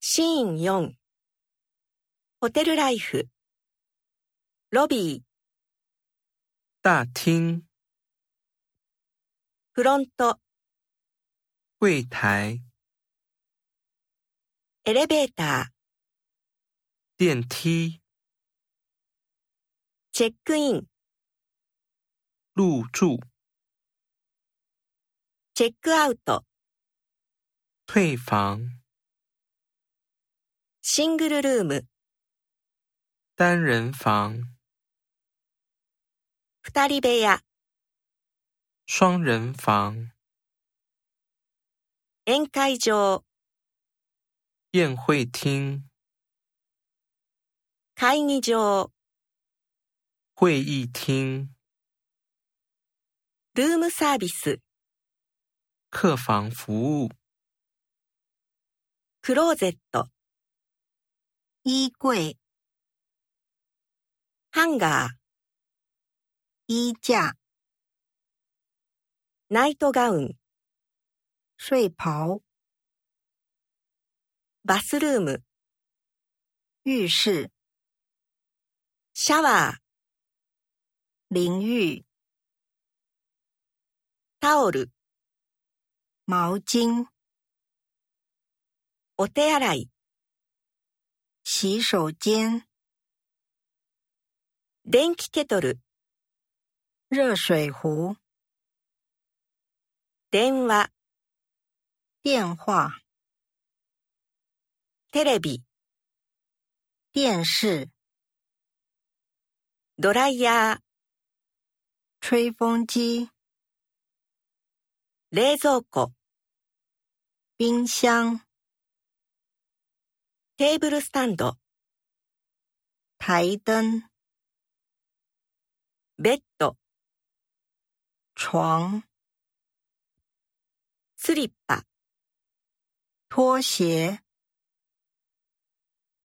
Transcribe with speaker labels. Speaker 1: シーン4ホテルライフロビー、
Speaker 2: 大厅、
Speaker 1: フロント、
Speaker 2: 柜台、
Speaker 1: エレベーター、
Speaker 2: 电梯、
Speaker 1: チェックイン、
Speaker 2: 入住、
Speaker 1: チェックアウト、
Speaker 2: 退房、
Speaker 1: シングルルーム、
Speaker 2: 单人房、
Speaker 1: 二人部屋、
Speaker 2: 双人房、
Speaker 1: 宴会場、
Speaker 2: 宴会厅、
Speaker 1: 会議場、
Speaker 2: 会议厅、
Speaker 1: ルームサービス、
Speaker 2: 客房服务、
Speaker 1: クローゼット、衣柜、ハンガー、衣架、ナイトガウン、睡袍、バスルーム、浴室、シャワー、淋浴、タオル、毛巾、お手洗い、洗手間、電気ケトル、热水壶、電話、電話、テレビ、電視、ドライヤー、吹風機、冷蔵庫、冰箱、テーブルスタンド、台灯、ベッド、床、スリッパ、拖鞋、